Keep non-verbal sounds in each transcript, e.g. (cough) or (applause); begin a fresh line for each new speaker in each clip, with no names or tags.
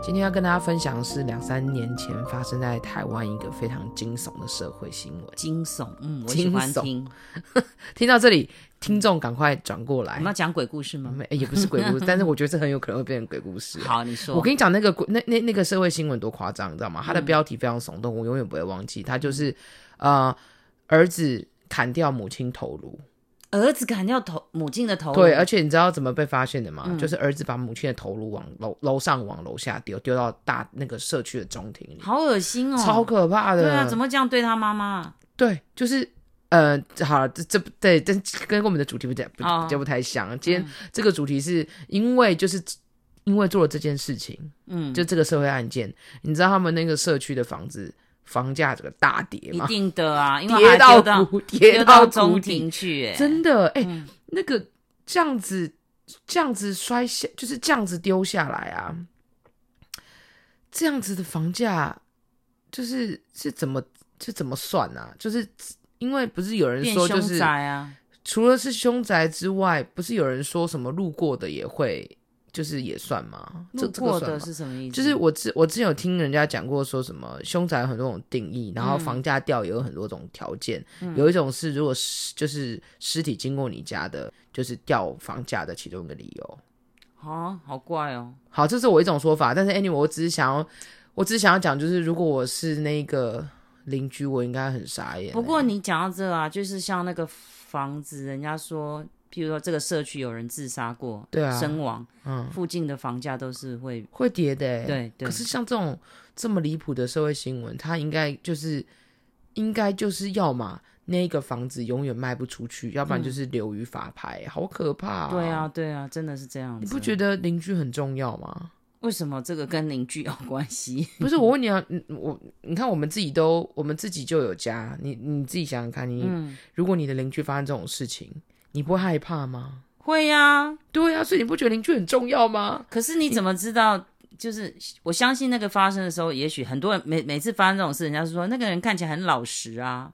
今天要跟大家分享的是两三年前发生在台湾一个非常惊悚的社会新闻。
惊悚，嗯，我喜欢
惊悚
听。
听到这里，听众赶快转过来
我们，要讲鬼故事吗？
没也不是鬼
(laughs)
故事，但是我觉得这很有可能会变成鬼故事。
好，你说。
我跟你讲，那个鬼那那那个社会新闻多夸张，你知
嗯
道吗？它的标题非常耸动，我永远不会忘记。它就是，
嗯
呃，儿子砍掉母亲头颅。
儿子砍掉头母亲的头，
对，而且你知道怎么被发现的吗？
嗯
就是儿子把母亲的头颅往楼楼上往楼下丢，丢到大那个社区的中庭里，
好恶心哦，
超可怕的。
对啊，怎么这样对他妈妈？
对，就是呃，好了，这这不对，但跟我们的主题不太不
哦嗯
比较不太像。今天这个主题是因为就是因为做了这件事情，
嗯，
就这个社会案件，你知道他们那个社区的房子房价这个大跌
一
吗？
定的啊，因为
跌
他
到
丢
谷
丢
跌
到
谷
中
底
庭，去，哎
真的哎、那个这样子这样子摔下，就是这样子丢下来啊，这样子的房价就是是怎么是怎么算啊？就是因为不是有人
变
说就
凶
是
宅啊，
除了是凶宅之外，不是有人说什么路过的也会就是也算吗？这
路
这个
过
算
的
吗？
是什么意思？
就是我之我之前有听人家讲过，说什么凶宅有很多种定义，然后
嗯
房价掉也有很多种条件，有一种是如果尸就是尸体经过你家的，就是掉房价的其中一个理由。
啊，好怪哦，
好，这是我一种说法，但是 anyway，我只是想要，我只是想要讲，就是如果我是那个邻居，我应该很傻眼欸。
不过你讲到这啊，就是像那个房子，人家说，譬如说这个社区有人自杀过，
对啊
身亡，
嗯，
附近的房价都是会，
会跌的、欸。
对对
可是像这种这么离谱的社会新闻，它应该就是应该就是要么那个房子永远卖不出去，要不然就是流于法拍，好可怕、
嗯对啊，对啊，真的是这样子。
你不觉得邻居很重要吗？
为什么这个跟邻居有关
(laughs)
系？ (laughs)
不是我问你啊，嗯我你看我们自己都我们自己就有家，你你自己想想看，你、
嗯
如果你的邻居发生这种事情，你不会害怕吗？
会呀、
对啊，所以你不觉得邻居很重要吗？
可是你怎么知道？就是我相信那个发生的时候，也许很多人每每次发生这种事，人家就说那个人看起来很老实啊，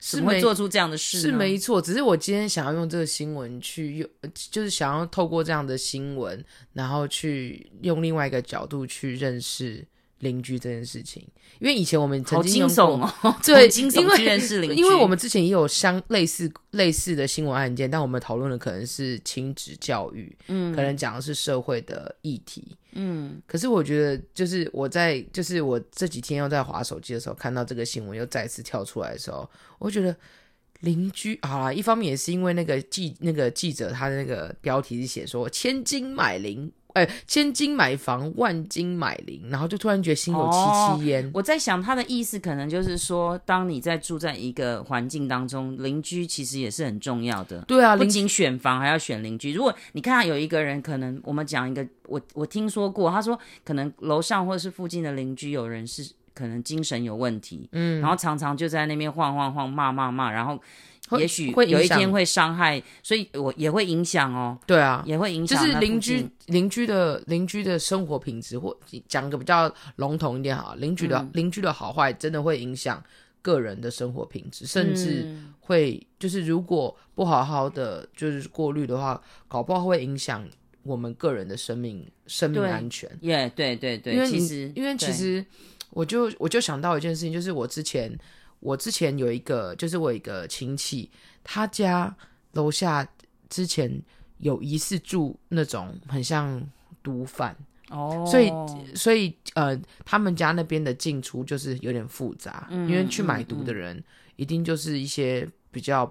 是
怎么会
没
做出这样的事呢？
是没错，只是我今天想要用这个新闻去用，呃就是想要透过这样的新闻，然后去用另外一个角度去认识邻居这件事情。因为以前我们曾
好
经
惊
用过
悚哦，
对
(laughs) 好惊
因
悚
为
居然是邻居，
因为我们之前也有相类似类似的新闻案件，但我们讨论的可能是亲职教育，嗯，可能讲的是社会的议题，嗯。可是我觉得，就是我在就是我这几天又在划手机的时候，看到这个新闻又再次跳出来的时候，我就觉得邻居好啦，一方面也是因为那个记那个记者他的那个标题是写说“千金买邻”。哎，千金买房，万金买邻，然后就突然觉得心有戚戚焉。
我在想，他的意思可能就是说，当你在住在一个环境当中，邻居其实也是很重要的。
对啊，
不
邻
仅选房，还要选邻居。如果你看到有一个人，可能我们讲一个，我我听说过，他说可能楼上或是附近的邻居有人是可能精神有问题，嗯，然后常常就在那边晃晃晃、骂骂骂，然后
会
也许
会影
有一
响
天会伤害，所以我也会影响哦，
对啊，
也会影
就
响
是
那附
邻居
近
邻居的邻居的生活品质，或讲个比较笼统一点哈，邻居的
嗯
邻、居的好坏，真的会影响个人的生活品质，甚至
嗯
会就是如果不好好的就是过滤的话，搞不好会影响我们个人的生命生命
对
安全。
耶、对对对，
因为
其
你
实
因为其
对
实我就我就想到一件事情，就是我之前我之前有一个，就是我有一个亲戚，他家楼下之前有疑似住那种很像毒贩，
哦，
所以所以呃，他们家那边的进出就是有点复杂，
嗯
因为去买毒的人一定就是一些比较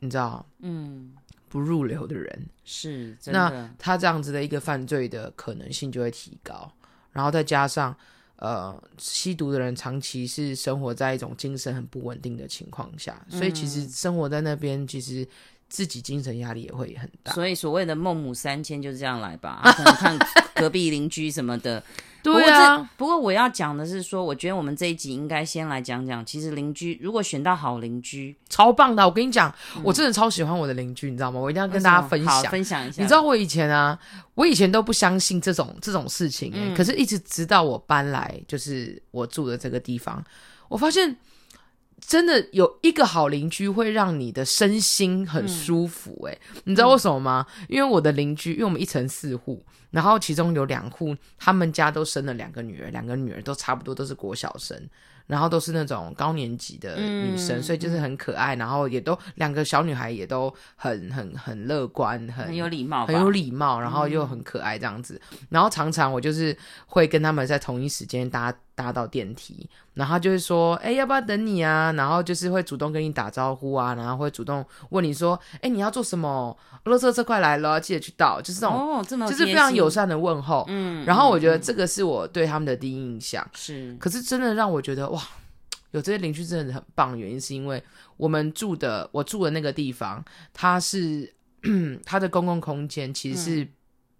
你知道
嗯
不入流的人，
是真
那
的。
他这样子的一个犯罪的可能性就会提高，然后再加上呃，吸毒的人长期是生活在一种精神很不稳定的情况下，所以其实
嗯
生活在那边，其实自己精神压力也会很大。
所以所谓的孟母三迁就是这样来吧，啊可能看隔壁邻居什么的。
啊
不过这，不过我要讲的是说，我觉得我们这一集应该先来讲讲，其实邻居如果选到好邻居，
超棒的！我跟你讲，我真的超喜欢我的邻居，你知道吗？我一定要跟大家
嗯为
分
什么
享
好。分享一下。
你知道我以前啊，我以前都不相信这种这种事情、
嗯
欸，可是一直直到我搬来就是我住的这个地方，我发现真的有一个好邻居会让你的身心很舒服、
嗯
欸，哎、你知道为什么吗？因为我的邻居，因为我们一层四户，然后其中有两户，他们家都生了两个女儿，两个女儿都差不多都是国小生，然后都是那种高年级的女生，
嗯
所以就是很可爱，然后也都两个小女孩也都很很很乐观，很
很有礼貌吧，
很有礼貌，然后又很可爱这样子。然后常常我就是会跟他们在同一时间搭搭到电梯，然后他就会说：“哎、要不要等你啊？”然后就是会主动跟你打招呼啊，然后会主动问你说：“哎、你要做什么？垃圾车快来了，记得去倒。”就是这种，
哦，这么
就是
贴
非常
心
友善的问候。嗯，然后我觉得这个是我对他们的第一印象。
是
可是真的让我觉得哇，有这些邻居真的很棒。原因是因为我们住的我住的那个地方，它是 (clears throat) 它的公共空间，其实是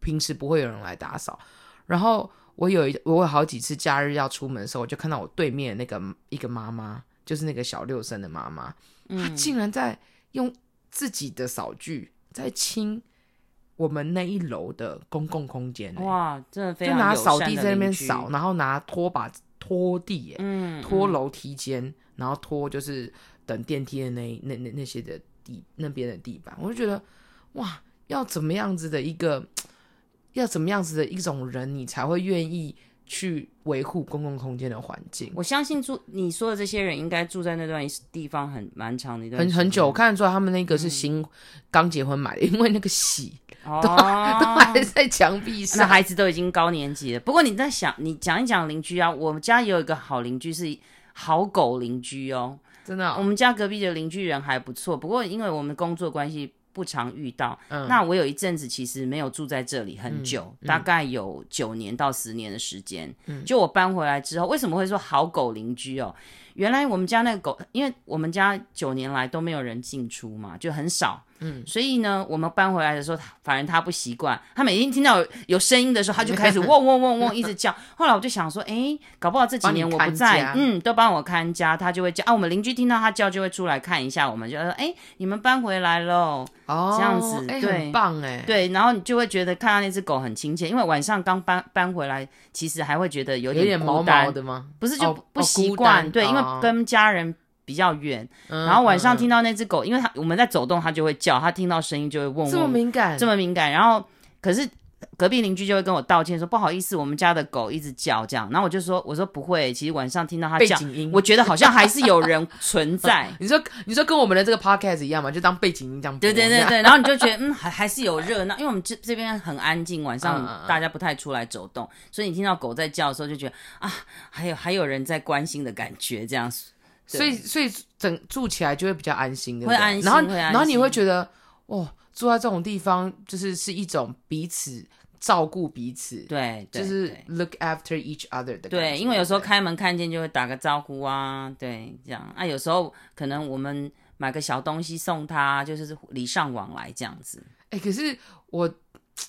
平时不会有人来打扫。然后我有一我有好几次假日要出门的时候，我就看到我对面那个一个妈妈，就是那个小六生的妈妈，她竟然在用自己的扫具在清。我们那一楼的公共空间、欸，
哇，真的非
就
常
拿
友
扫
善
地
的
在那边
邻居
扫，，然后拿拖把拖地、欸，
嗯，
拖楼梯间，然后拖就是等电梯的那那那那些的地那边的地板，我就觉得哇，要怎么样子的一个，要怎么样子的一种人，你才会愿意去维护公共空间的环境。
我相信住你说的这些人应该住在那段地方很蛮长的一段
很
时
很久，
间
我看得出来他们那个
嗯
是新刚结婚买的，因为那个洗
(laughs)
(laughs) 都
哦。
还在墙壁
那
上，
孩子都已经高年级了，不过你在想，你讲一讲邻居啊。我们家也有一个好邻居是好狗邻居哦。
真的
我
哦、
们家隔壁的邻居人还不错，不过因为我们工作关系不常遇到。嗯
嗯
那我有一阵子其实没有住在这里很久，大概有九年到十年的时间。
嗯
就我搬回来之后，为什么会说好狗邻居哦？原来我们家那个狗，因为我们家九年来都没有人进出嘛，就很少。嗯，所以呢，我们搬回来的时候，反正他不习惯，他每天听到有有声音的时候，他就
(laughs)
开始嗡嗡嗡嗡一直叫。后来我就想说，诶，搞不好这几
帮你
年我
看
不在
家，
嗯，都帮我看家，他就会叫啊。我们邻居听到他叫就会出来看一下，我们就说，诶，你们搬回来喽。
哦，
这样子
哎、
对
很棒哎、
对，然后你就会觉得看到那只狗很亲切，因为晚上刚搬搬回来，其实还会觉得有
有点
孤
毛
单
毛的吗？
不是就
哦
不
哦
不习
孤
惯，
单
对，因为
哦
跟家人比较远，
嗯
然后晚上
嗯
听到那只狗，因为它我们在走动，它就会叫，它听到声音就会嗡嗡，
这么敏感，
这么敏感，然后可是。隔壁邻居就会跟我道歉说不好意思，我们家的狗一直叫这样，然后我就说我说不会，其实晚上听到它
背
叫，
景音，
我觉得好像还是有人存在，
你说你说跟我们的这个 podcast 一样嘛，就当背景音这样播。
对
这
对对
(laughs) 样，
对，然后你就觉得嗯，还还是有热闹，因为我们这这边很安静，晚
嗯嗯
上
嗯
大家不太出来走动，所以你听到狗在叫的时候就觉得啊，还有还有人在关心的感觉，这样对
所以所以整住起来就会比较安心，对不
会
对？
安心
然后
会安
然后你
心
会觉得，哦，住在这种地方就是是一种彼此照顾彼此，
对，对
就是
对
look after each other 的感觉。
对，因为有时候
对
开门看见就会打个招呼啊，对，这样啊，有时候可能我们买个小东西送他，就是礼尚往来这样子，
哎、可是我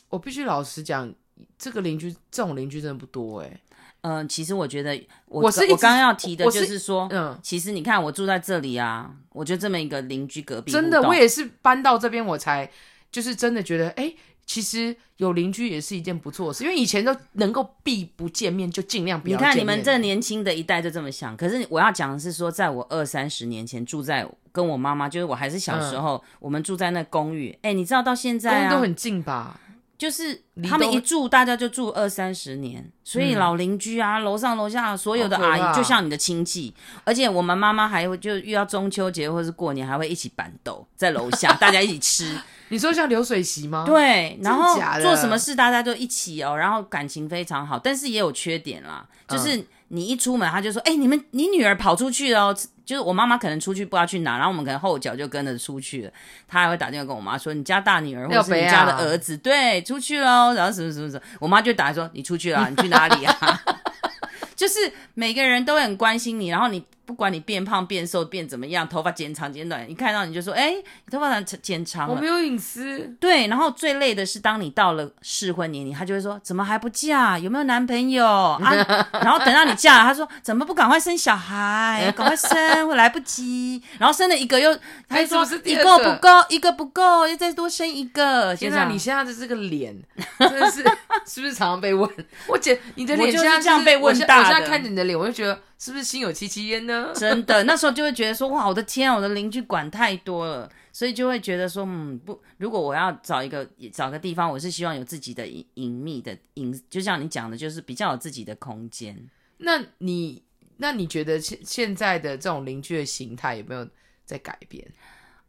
我必须老实讲，这个邻居这种邻居真的不多哎、
嗯、其实我觉得我
我是一直
我刚刚要提的
我
就是是说，
嗯。
其实你看我住在这里啊，我就这么一个邻居隔壁，
真的，我也是搬到这边，我才就是真的觉得，哎、其实有邻居也是一件不错的事，因为以前都能够避不见面就尽量不
你
要
看你
见
们
面
这年轻的一代就这么想，可是我要讲的是说，在我二三十年前住在跟我妈妈，就是我还是小时候，我们住在那公寓。哎、你知道到现在
嗯公寓都
啊，
很近吧？
就是
离
他们
都嗯
一住，大家就住二三十年，所以老邻居啊，楼上楼下所有的
好可
阿姨
怕
就像你的亲戚，而且我们妈妈还会就遇到中秋节或是过年还会一起板豆在楼下，大家一起吃。
你说像流水席吗？，
对，然后
假的
做什么事大家都一起哦，然后感情非常好，但是也有缺点啦，
嗯
就是你一出门他就说，哎、你们你女儿跑出去了哦，就是我妈妈可能出去不知道去哪，然后我们可能后脚就跟着出去了，她还会打电话跟我妈说，你家大女儿或者
要
是你
飞
家的
啊
儿子、对出去喽，然后什么什么什么，我妈就打来说你出去了啊，你去哪里啊？ (laughs) 就是每个人都很关心你，然后你不管你变胖、变瘦、变怎么样，头发剪长、剪短，一看到你就说：“哎、你头发长剪长啊
我
了。”
没有隐私，
对，然后最累的是，当你到了适婚年龄，他就会说：“怎么还不嫁？有没有男朋友啊？” (laughs) 然后等到你嫁了，他说：“怎么不赶快生小孩？赶快生，会来不及。”然后生了一个又，他就
哎
说
怎么是：“第
一
二
个
个
不够，一个不够，要再多生一个。”
现
就这
在
样
你现在的这个脸，真
(laughs)
的是是不是常常被问？我姐，你的
我
脸
就是
现在
这样被问
我现
大
我现
的
在看着你的脸，我就觉得是不是心有戚戚焉呢？
真的，那时候就会觉得说，哇，我的天啊，我的邻居管太多了，所以就会觉得说，嗯，不，如果我要找一个找个地方，我是希望有自己的隐隐秘的隐，就像你讲的，就是比较有自己的空间。
那你那你觉得现现在的这种邻居的形态有没有在改变？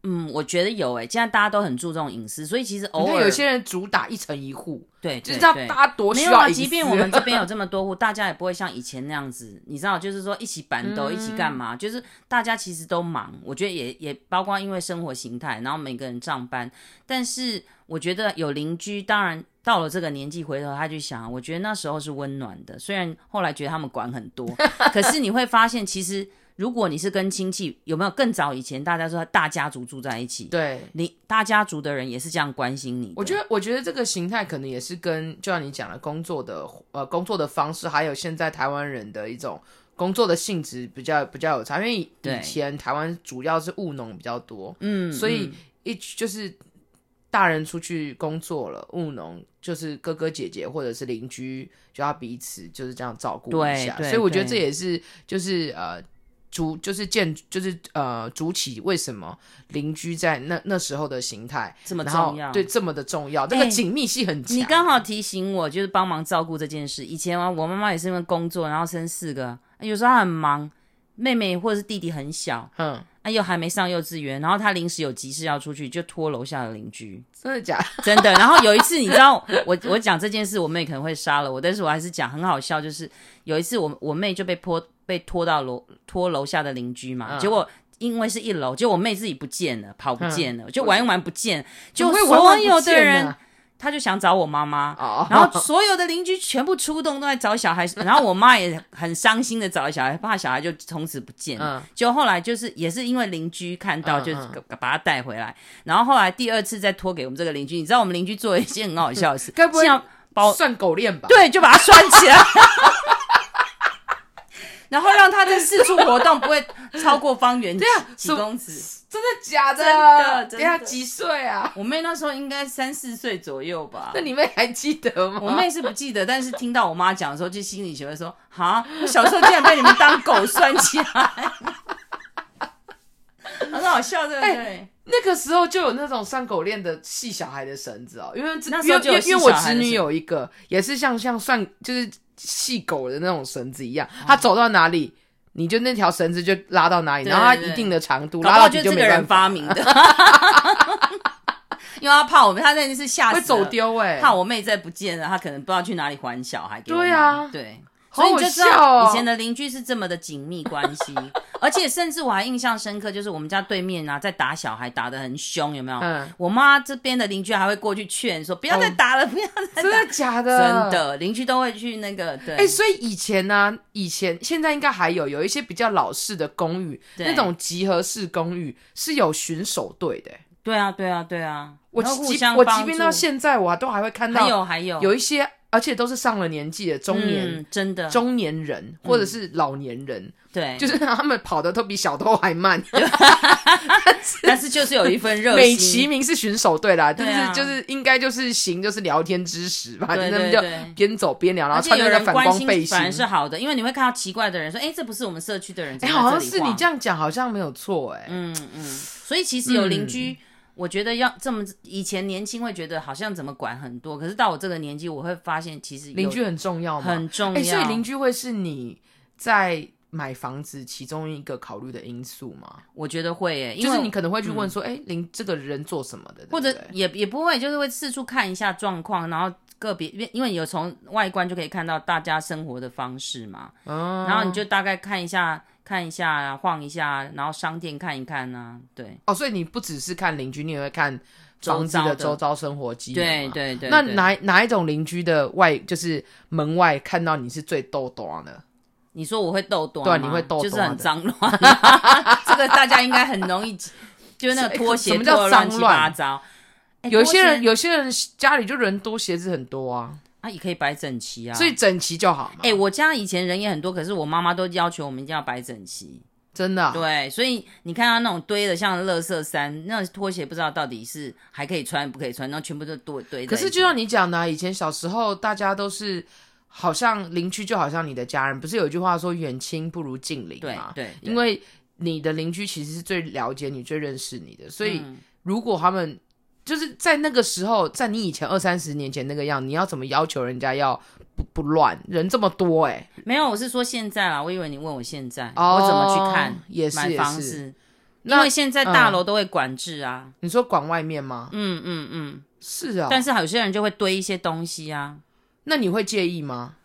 嗯，我觉得有诶、现在大家都很注重隐私，所以其实
你
偶
看
尔
有些人主打一层一户，
对，
就
对
是他
对
大家多
没
需
有
要
啊，
隐私。
即便我 (laughs) 们这
(laughs)
边有这么多户，大家也不会像以前那样子，你知道，就是说一起
嗯
板斗、一起干嘛，就是大家其实都忙。我觉得也也包括因为生活形态，然后每个人上班，但是我觉得有邻居，当然到了这个年纪，回头他去想，我觉得那时候是温暖的。虽然后来觉得他们管很
(laughs)
多，可是你会发现，其实如果你是跟亲戚，有没有更早以前大家说大家族住在一起，
对，
你大家族的人也是这样关心你的。
我觉得我觉得这个形态可能也是跟就像你讲的工作的呃工作的方式，还有现在台湾人的一种工作的性质比较比较有差，因为以
对
以前台湾主要是务农比较多，
嗯，
所以
嗯
一就是大人出去工作了，务农就是哥哥姐姐或者是邻居，就要彼此就是这样照顾一
对
下。
对
所以我觉得这
对
也是就是呃。主就是建就是呃主起为什么邻居在那那时候的形态
这么
然后
重要
对这么的重要，这个
哎
紧密性很强。
你刚好提醒我，就是帮忙照顾这件事。以前啊，我妈妈也是因为工作，然后生四个，有时候她很忙，妹妹或者是弟弟很小，
嗯，
啊又还没上幼稚园，然后她临时有急事要出去，就托楼下的邻居，
真的假的？
真的。然后有一次，你知道，我我讲这件事，我妹可能会杀了我，但是我还是讲，很好笑，就是有一次我我妹就被拖被拖到楼拖楼下的邻居嘛，
嗯
结果。因为是一楼，结果我妹自己不见了，跑不见了，就玩一玩不见了，
怎么
就
会玩
所
玩不
有的
见
人
呢
他就想找我妈妈，
哦，
然后所有的邻居全部出动都在找小孩， (laughs) 然后我妈也很伤心的找小孩，怕小孩就从此不见了。
嗯
就后来就是也是因为邻居看到，
嗯
就是
嗯
把他带回来。然后后来第二次再托给我们这个邻居，你知道我们邻居做了一件很好笑的事，
(laughs) 该不会
竟然包
算狗链吧？
对，就把它拴起来， (laughs) 然后让他在四处活动，不会超过方圆几
对啊
几
什么
公尺。
真的假的？
真的真
等一下
的
几岁啊？
我妹那时候应该三四岁左右吧。
那你妹还记得吗？
(laughs) 我妹是不记得，但是听到我妈讲的时候，就心里觉得说：“哈，我小时候竟然被你们当狗拴起来，很好笑，对不对？”
那个时候就有那种上狗链的系小孩的绳子哦，因为
那
因
时
为因
候就有
为
系
因为我
小
侄
孩的
女
绳
有一个也是像像算就是系狗的那种绳子一样，
哦
她走到哪里。你就那条绳子就拉到哪里，
对
然后它
对
一定的长度，
搞
拉
不
到
好
底
就这
没
个
办
人
法，
发明的， (laughs) 因为他怕我们，他那件事吓死
会
了
走，丢哎、
怕我妹再不见了，他可能不知道去哪里还小孩给我妈。
对啊
对。
好
所以
好
你就知
笑
道
哦！
以前的邻居是这么的紧密关系， (laughs) 而且甚至我还印象深刻，就是我们家对面啊，在打小孩，打得很凶，有没有？
嗯
我妈这边的邻居还会过去劝说，不要再打了，不 (laughs) 要再
哦真
打。
的假的？
真。的，邻居都会去那个对，
哎、所以以前呢、以前现在应该还有有一些比较老式的公寓，
对
那种集合式公寓是有巡守队的、欸。
对啊，对啊，对啊，
我
然后互
即
相
我
帮
即便
助
到现在，我还都还会看到
还有还有
有一些，而且都是上了年纪的中年、
哦嗯，真的
中年人或者是老年人，
对，
就是他们跑的都比小偷还慢。
但是就是有一份 (laughs) 热
美其
心，
名是巡守队啦，但
对
是、
啊
就是应该就是行就是聊天之时吧，
对
就他们
对对
就啊边走边聊，然后
而且
穿
有
那个
人
反
关
光背
心
心
反。而是好的，因为你会看到奇怪的人说，哎，这不是我们社区的人，
哎、
怎么
好
在
像
这里
是你
晃
这样讲，好像没有错哎、
嗯嗯，所以其实有邻居，
嗯
我觉得要这么以前年轻会觉得好像怎么管很多，可是到我这个年纪，我会发现其实有
邻居很重要嘛，
很重要，
哎、所以邻居会是你在买房子其中一个考虑的因素吗？
我觉得会耶，因
就
为嗯
是你可能会去问说，哎、邻、这个人做什么的，对不
或者
对
也也不会，就是会四处看一下状况，然后个别，因为因为有从外观就可以看到大家生活的方式嘛，
哦
然后你就大概看一下看一下啊，晃一下，然后商店看一看啊，对
哦，所以你不只是看邻居，你也会看房子
周遭
的
的
周遭生活机能
对
嘛。
对对，
啊那
对
哪哪一种邻居的外就是门外看到你是最逗啊逗的？
你说我会逗短
对
吗，
啊你会逗短的
就是很
(laughs)
脏乱，这个大家应该很容易，就是那个拖鞋
什么叫
拖得乱
脏
七
乱
八糟。哎
有些人
拖鞋
有些人家里就人多，鞋子很多啊，
啊，也可以摆整齐啊。
所以整齐就好嘛。
哎、我家以前人也很多，可是我妈妈都要求我们一定要摆整齐。
真的啊、
对，所以你看到那种堆的像垃圾山，那种拖鞋不知道到底是还可以穿不可以穿，然后全部都堆堆在一
可
起。
是就像你讲的啊、以前小时候大家都是好像邻居就好像你的家人，不是有一句话说远亲不如近邻
对
吗？
对，
因为你的邻居其实是最了解你、最认识你的，所
嗯
以如果他们就是在那个时候，在你以前二三十年前那个样，你要怎么要求人家要不不乱？人这么多哎、
没有，我是说现在啦，我以为你问我现在、
哦
我怎么去看
也是
买
也
房
是。
子，因
那嗯
为现在大楼都会管制啊，
你说管外面吗？
嗯嗯嗯，
是啊、
但是有些人就会堆一些东西啊，
那你会介意吗？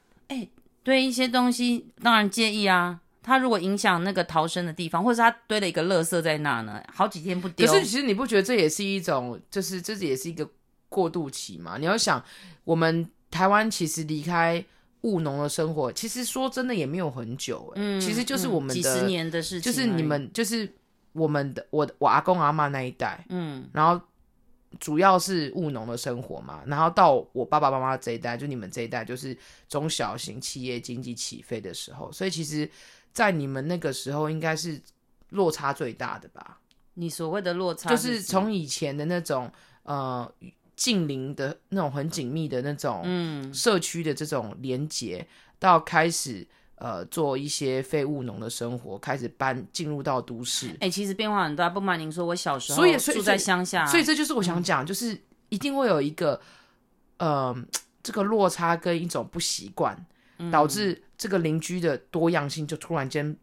堆一些东西当然介意啊。他如果影响那个逃生的地方，或者是他堆了一个垃圾在那呢，好几天不
可
丢。
是其实你不觉得这也是一种，就是这也是一个过渡期嘛？你要想，我们台湾其实离开务农的生活，其实说真的也没有很久、欸，
嗯
其实就是我们的
几十年的事情
就
而已，
是你们，就是我们的我我阿公阿嬷那一代，
嗯，
然后主要是务农的生活嘛，然后到我爸爸妈妈这一代，就你们这一代，就是中小型企业经济起飞的时候，所以其实，在你们那个时候应该是落差最大的吧，
你所谓的落差
就是
什么
从以前的那种呃近邻的那种很紧密的那种，
嗯
社区的这种连结，到开始呃做一些废务农的生活，开始搬进入到都市，
哎、其实变化很大。不瞒您说，我小时候
所以所以
住在乡下，
所以这就是我想讲，就是一定会有一个呃这个落差跟一种不习惯，
嗯
导致这个邻居的多样性就突然间。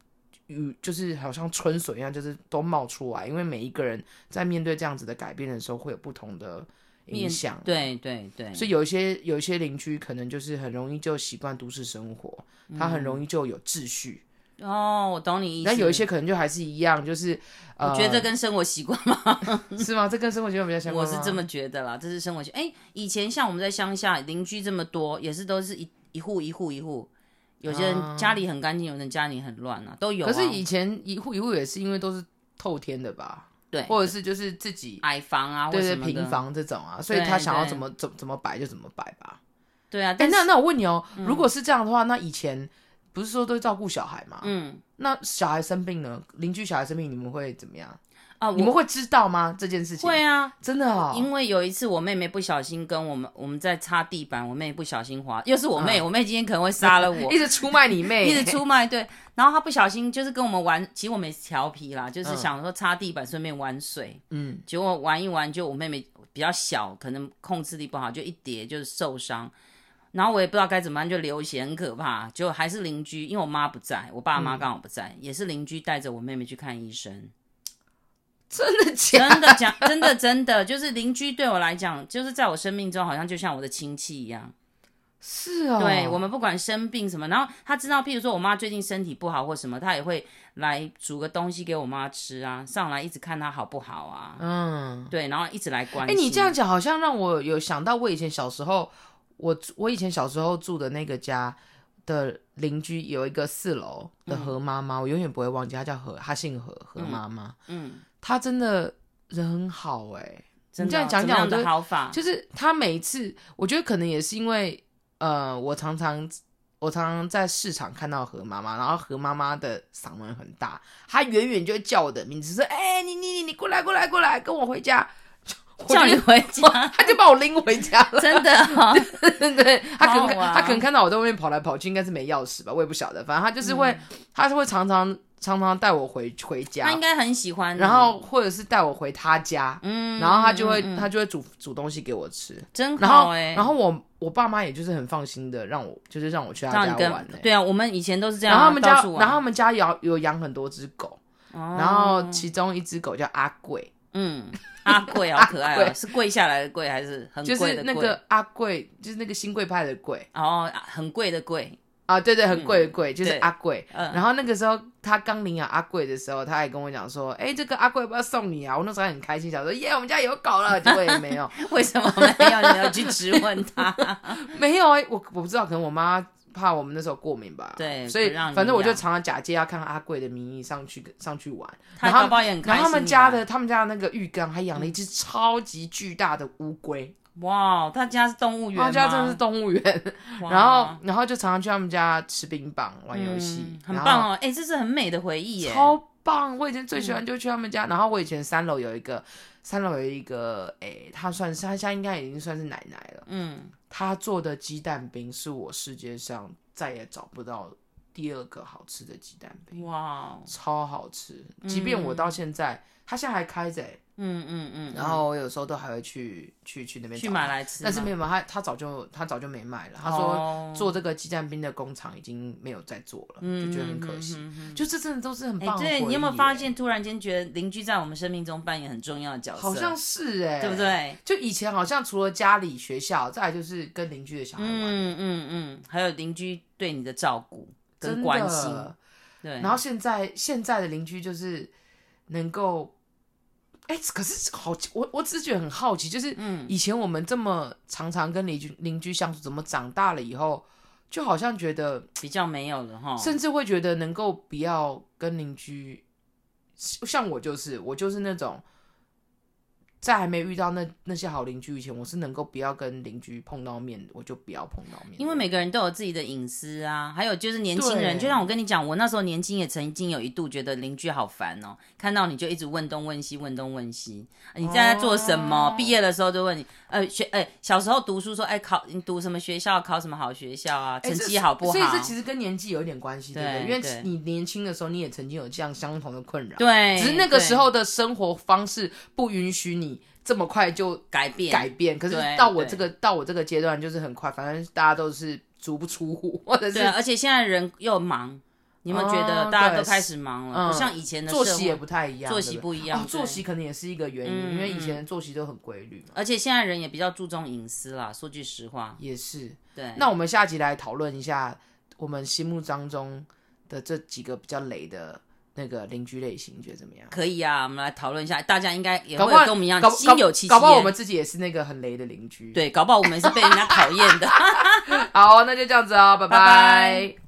与就是好像春水一样，就是都冒出来，因为每一个人在面对这样子的改变的时候，会有不同的影
面
响。
对对对，
所以有一些有一些邻居可能就是很容易就习惯都市生活，他
嗯
很容易就有秩序。
哦，我懂你意思。
那有一些可能就还是一样，就是呃，
我觉得这跟生活习惯嘛，
是吗？这跟生活习惯比较相关
我
吗。
是这么觉得啦，这是生活习。哎、以前像我们在乡下，邻居这么多，也是都是一一户一户一户，有些人家里很干净，有人家里很乱啊，都有、啊。
啊可是以前一户一户也是因为都是透天的吧，
对
或者是就是自己
矮房啊，
对
或
对
什么的
平，房这种啊，所以
对
他想要
对
怎么怎么怎么摆就怎么摆吧。
对嗯啊。
哎、
但是、
那那我问你哦，如果是这样的话，那以前不是说都照顾小孩吗？
嗯
那小孩生病呢，邻居小孩生病，你们会怎么样？
啊，
你
我
们会知道吗？这件事情
会啊，
真的哦，
因为有一次我妹妹不小心跟我们我们在擦地板，我妹不小心滑，又是我妹，我妹今天可能会杀了
嗯 (laughs)
我
一。直出卖你妹，
(laughs) 一直出卖对，然后她不小心就是跟我们玩，其实我们也是调皮啦，就是想说擦地板顺便玩水，
嗯，
结果玩一玩就我妹妹比较小，可能控制力不好，就一跌就是受伤，然后我也不知道该怎么办，就流血很可怕，结果还是邻居，因为我妈不在，我爸
嗯
妈刚好不在，也是邻居带着我妹妹去看医生，
真的假
(laughs) 真的讲，真的真的，就是邻居对我来讲，就是在我生命中好像就像我的亲戚一样。
是哦，
对我们不管生病什么，然后他知道，譬如说我妈最近身体不好或什么，他也会来煮个东西给我妈吃啊，上来一直看她好不好啊。
嗯，
对，然后一直来关
哎、
心。
你这样讲好像让我有想到我以前小时候，我我以前小时候住的那个家的邻居有一个四楼的何妈妈，我永远不会忘记，她叫何，她姓何，何妈妈，
嗯嗯，
她真的人很好哎、
真的啊
你这样讲
怎么
讲
样
我
的
都
好法，
就是他每一次，我觉得可能也是因为，呃，我常常我常常在市场看到何妈妈，然后何妈妈的嗓门很大，她远远就会叫我的名字，说：“哎、你你你你过来过来过来，跟我回家。” (laughs) 我
叫
就
你回家，
她就把 (laughs) 我拎回家了。
真的哦。
(laughs) 对， (laughs) 她可
好好啊
能
玩
她可能看到我在外面跑来跑去，应该是没钥匙吧，我也不晓得。反正她就是会，她是会常常常常带我回回
嗯他
家
应，该很喜欢你。
然后或者是带我回她家，
嗯，
然后她就会她就会煮煮东西给我吃。
真
然后
好哎。
然后我我爸妈也就是很放心的让我，就是让我去他
让
家
你
玩、
跟
欸。
对啊，我们以前都是这样
然
啊，
后他们
到
家，
处玩
然后他们家养有养很多只狗，
哦
然后其中一只狗叫阿贵，
嗯，阿贵好可
阿
爱哦，
啊贵
是跪下来的跪还是很
就
贵
是
的
那
贵？
个阿贵，就是那个新贵派的贵
哦，啊很贵的贵，
啊，对对，很贵的贵，就是
嗯对
阿贵。
嗯
然后那个时候他刚领养阿贵的时候，他还跟我讲说，哎、这个阿贵要不要送你啊？我那时候还很开心，想说耶，我们家有狗了，结果也
(laughs)
没有，
(laughs) 为什么没有你要去质问
(laughs)
他？
没有啊、我我不知道，可能我妈。怕我们那时候过敏吧，
对
所以
不让你
反正我就
养
常常假借要看阿贵的名义上去上去玩，
他
然后
搞不好也很开
然
心啊。
后他们家的他们家的那个浴缸还养了一只超级巨大的乌龟，
哇，他家是动物嗯园吗，
他家真的是动物园，
哇
然后然后就常常去他们家吃冰棒、玩游戏
嗯，很
然后
棒哦，哎、这是很美的回忆耶，
超棒！我以前最喜欢就去他们家，然后我以前三楼有一个，三楼有一个，诶，她算是她现在应该已经算是奶奶了。
嗯，
她做的鸡蛋冰是我世界上再也找不到第二个好吃的鸡蛋冰，
哇，
超好吃！即便我到现在，她现在还开着、诶
嗯嗯嗯，
然后我有时候都还会去去去那边
去
找
买
她
来吃吗，
但是没有，她她早就她早就没卖了。她说
哦
做这个鸡蛋冰的工厂已经没有在做了，就觉得很可
嗯
惜。就这真的都是很
哎、
棒的、
对你有没有发？现，突然间觉得邻居在我们生命中扮演很重要的角色，
好像是哎、
对不？对？
就以前好像除了家里、学校，再来就是跟邻居的小孩玩，
嗯嗯嗯，还有邻居对你的照顾
真的
跟关心，对，
然后现在现在的邻居就是能够，哎、可是好，我我只是觉得很好奇，就是
嗯
以前我们这么常常跟邻居邻居相处，怎么长大了以后，就好像觉得，
比较没有了哈，
甚至会觉得能够不要跟邻居，像我就是我就是那种。在还没遇到那那些好邻居以前，我是能够不要跟邻居碰到面，我就不要碰到面的。
因为每个人都有自己的隐私啊，还有就是年轻人，
对
就像我跟你讲，我那时候年轻也曾经有一度觉得邻居好烦哦，看到你就一直问东问西，问东问西，啊你现在在做什么？
哦
毕业的时候就问你，呃，学，哎、小时候读书说，哎、考你读什么学校，考什么好学校啊，
哎
成
这
绩好不好？
所以这其实跟年纪有一点关系，对不对？
对
因为
对
你年轻的时候，你也曾经有这样相同的困扰，，
对，
只是那个
对
时候的生活方式不允许你这么快就
改变
改变。可是
对
到我
对
这个到我这个阶段，就是很快，反正大家都是足不出户，或者
对啊，
是
而且现在人又忙，你有没有觉
哦
得大家
对
都开始忙了，
嗯
不像以前的
作
社
息也
会，
不太一样，
作息
对对
不一样
哦
对
作息可能也是一个原因，
嗯
因为以前的作息都很规律嘛。
而且现在人也比较注重隐私啦。说句实话，
也是。
对，
那我们下集来讨论一下我们心目当中的这几个比较雷的那个邻居类型，你觉得怎么样？
可以啊，我们来讨论一下，大家应该也
搞
会
不
有
好
跟我们一样
搞不
心有戚戚
搞
焉。
不好我们自己也是那个很雷的邻居。，
对，搞不好我们是被人家讨厌的。
好，那就这样子哦，拜
拜拜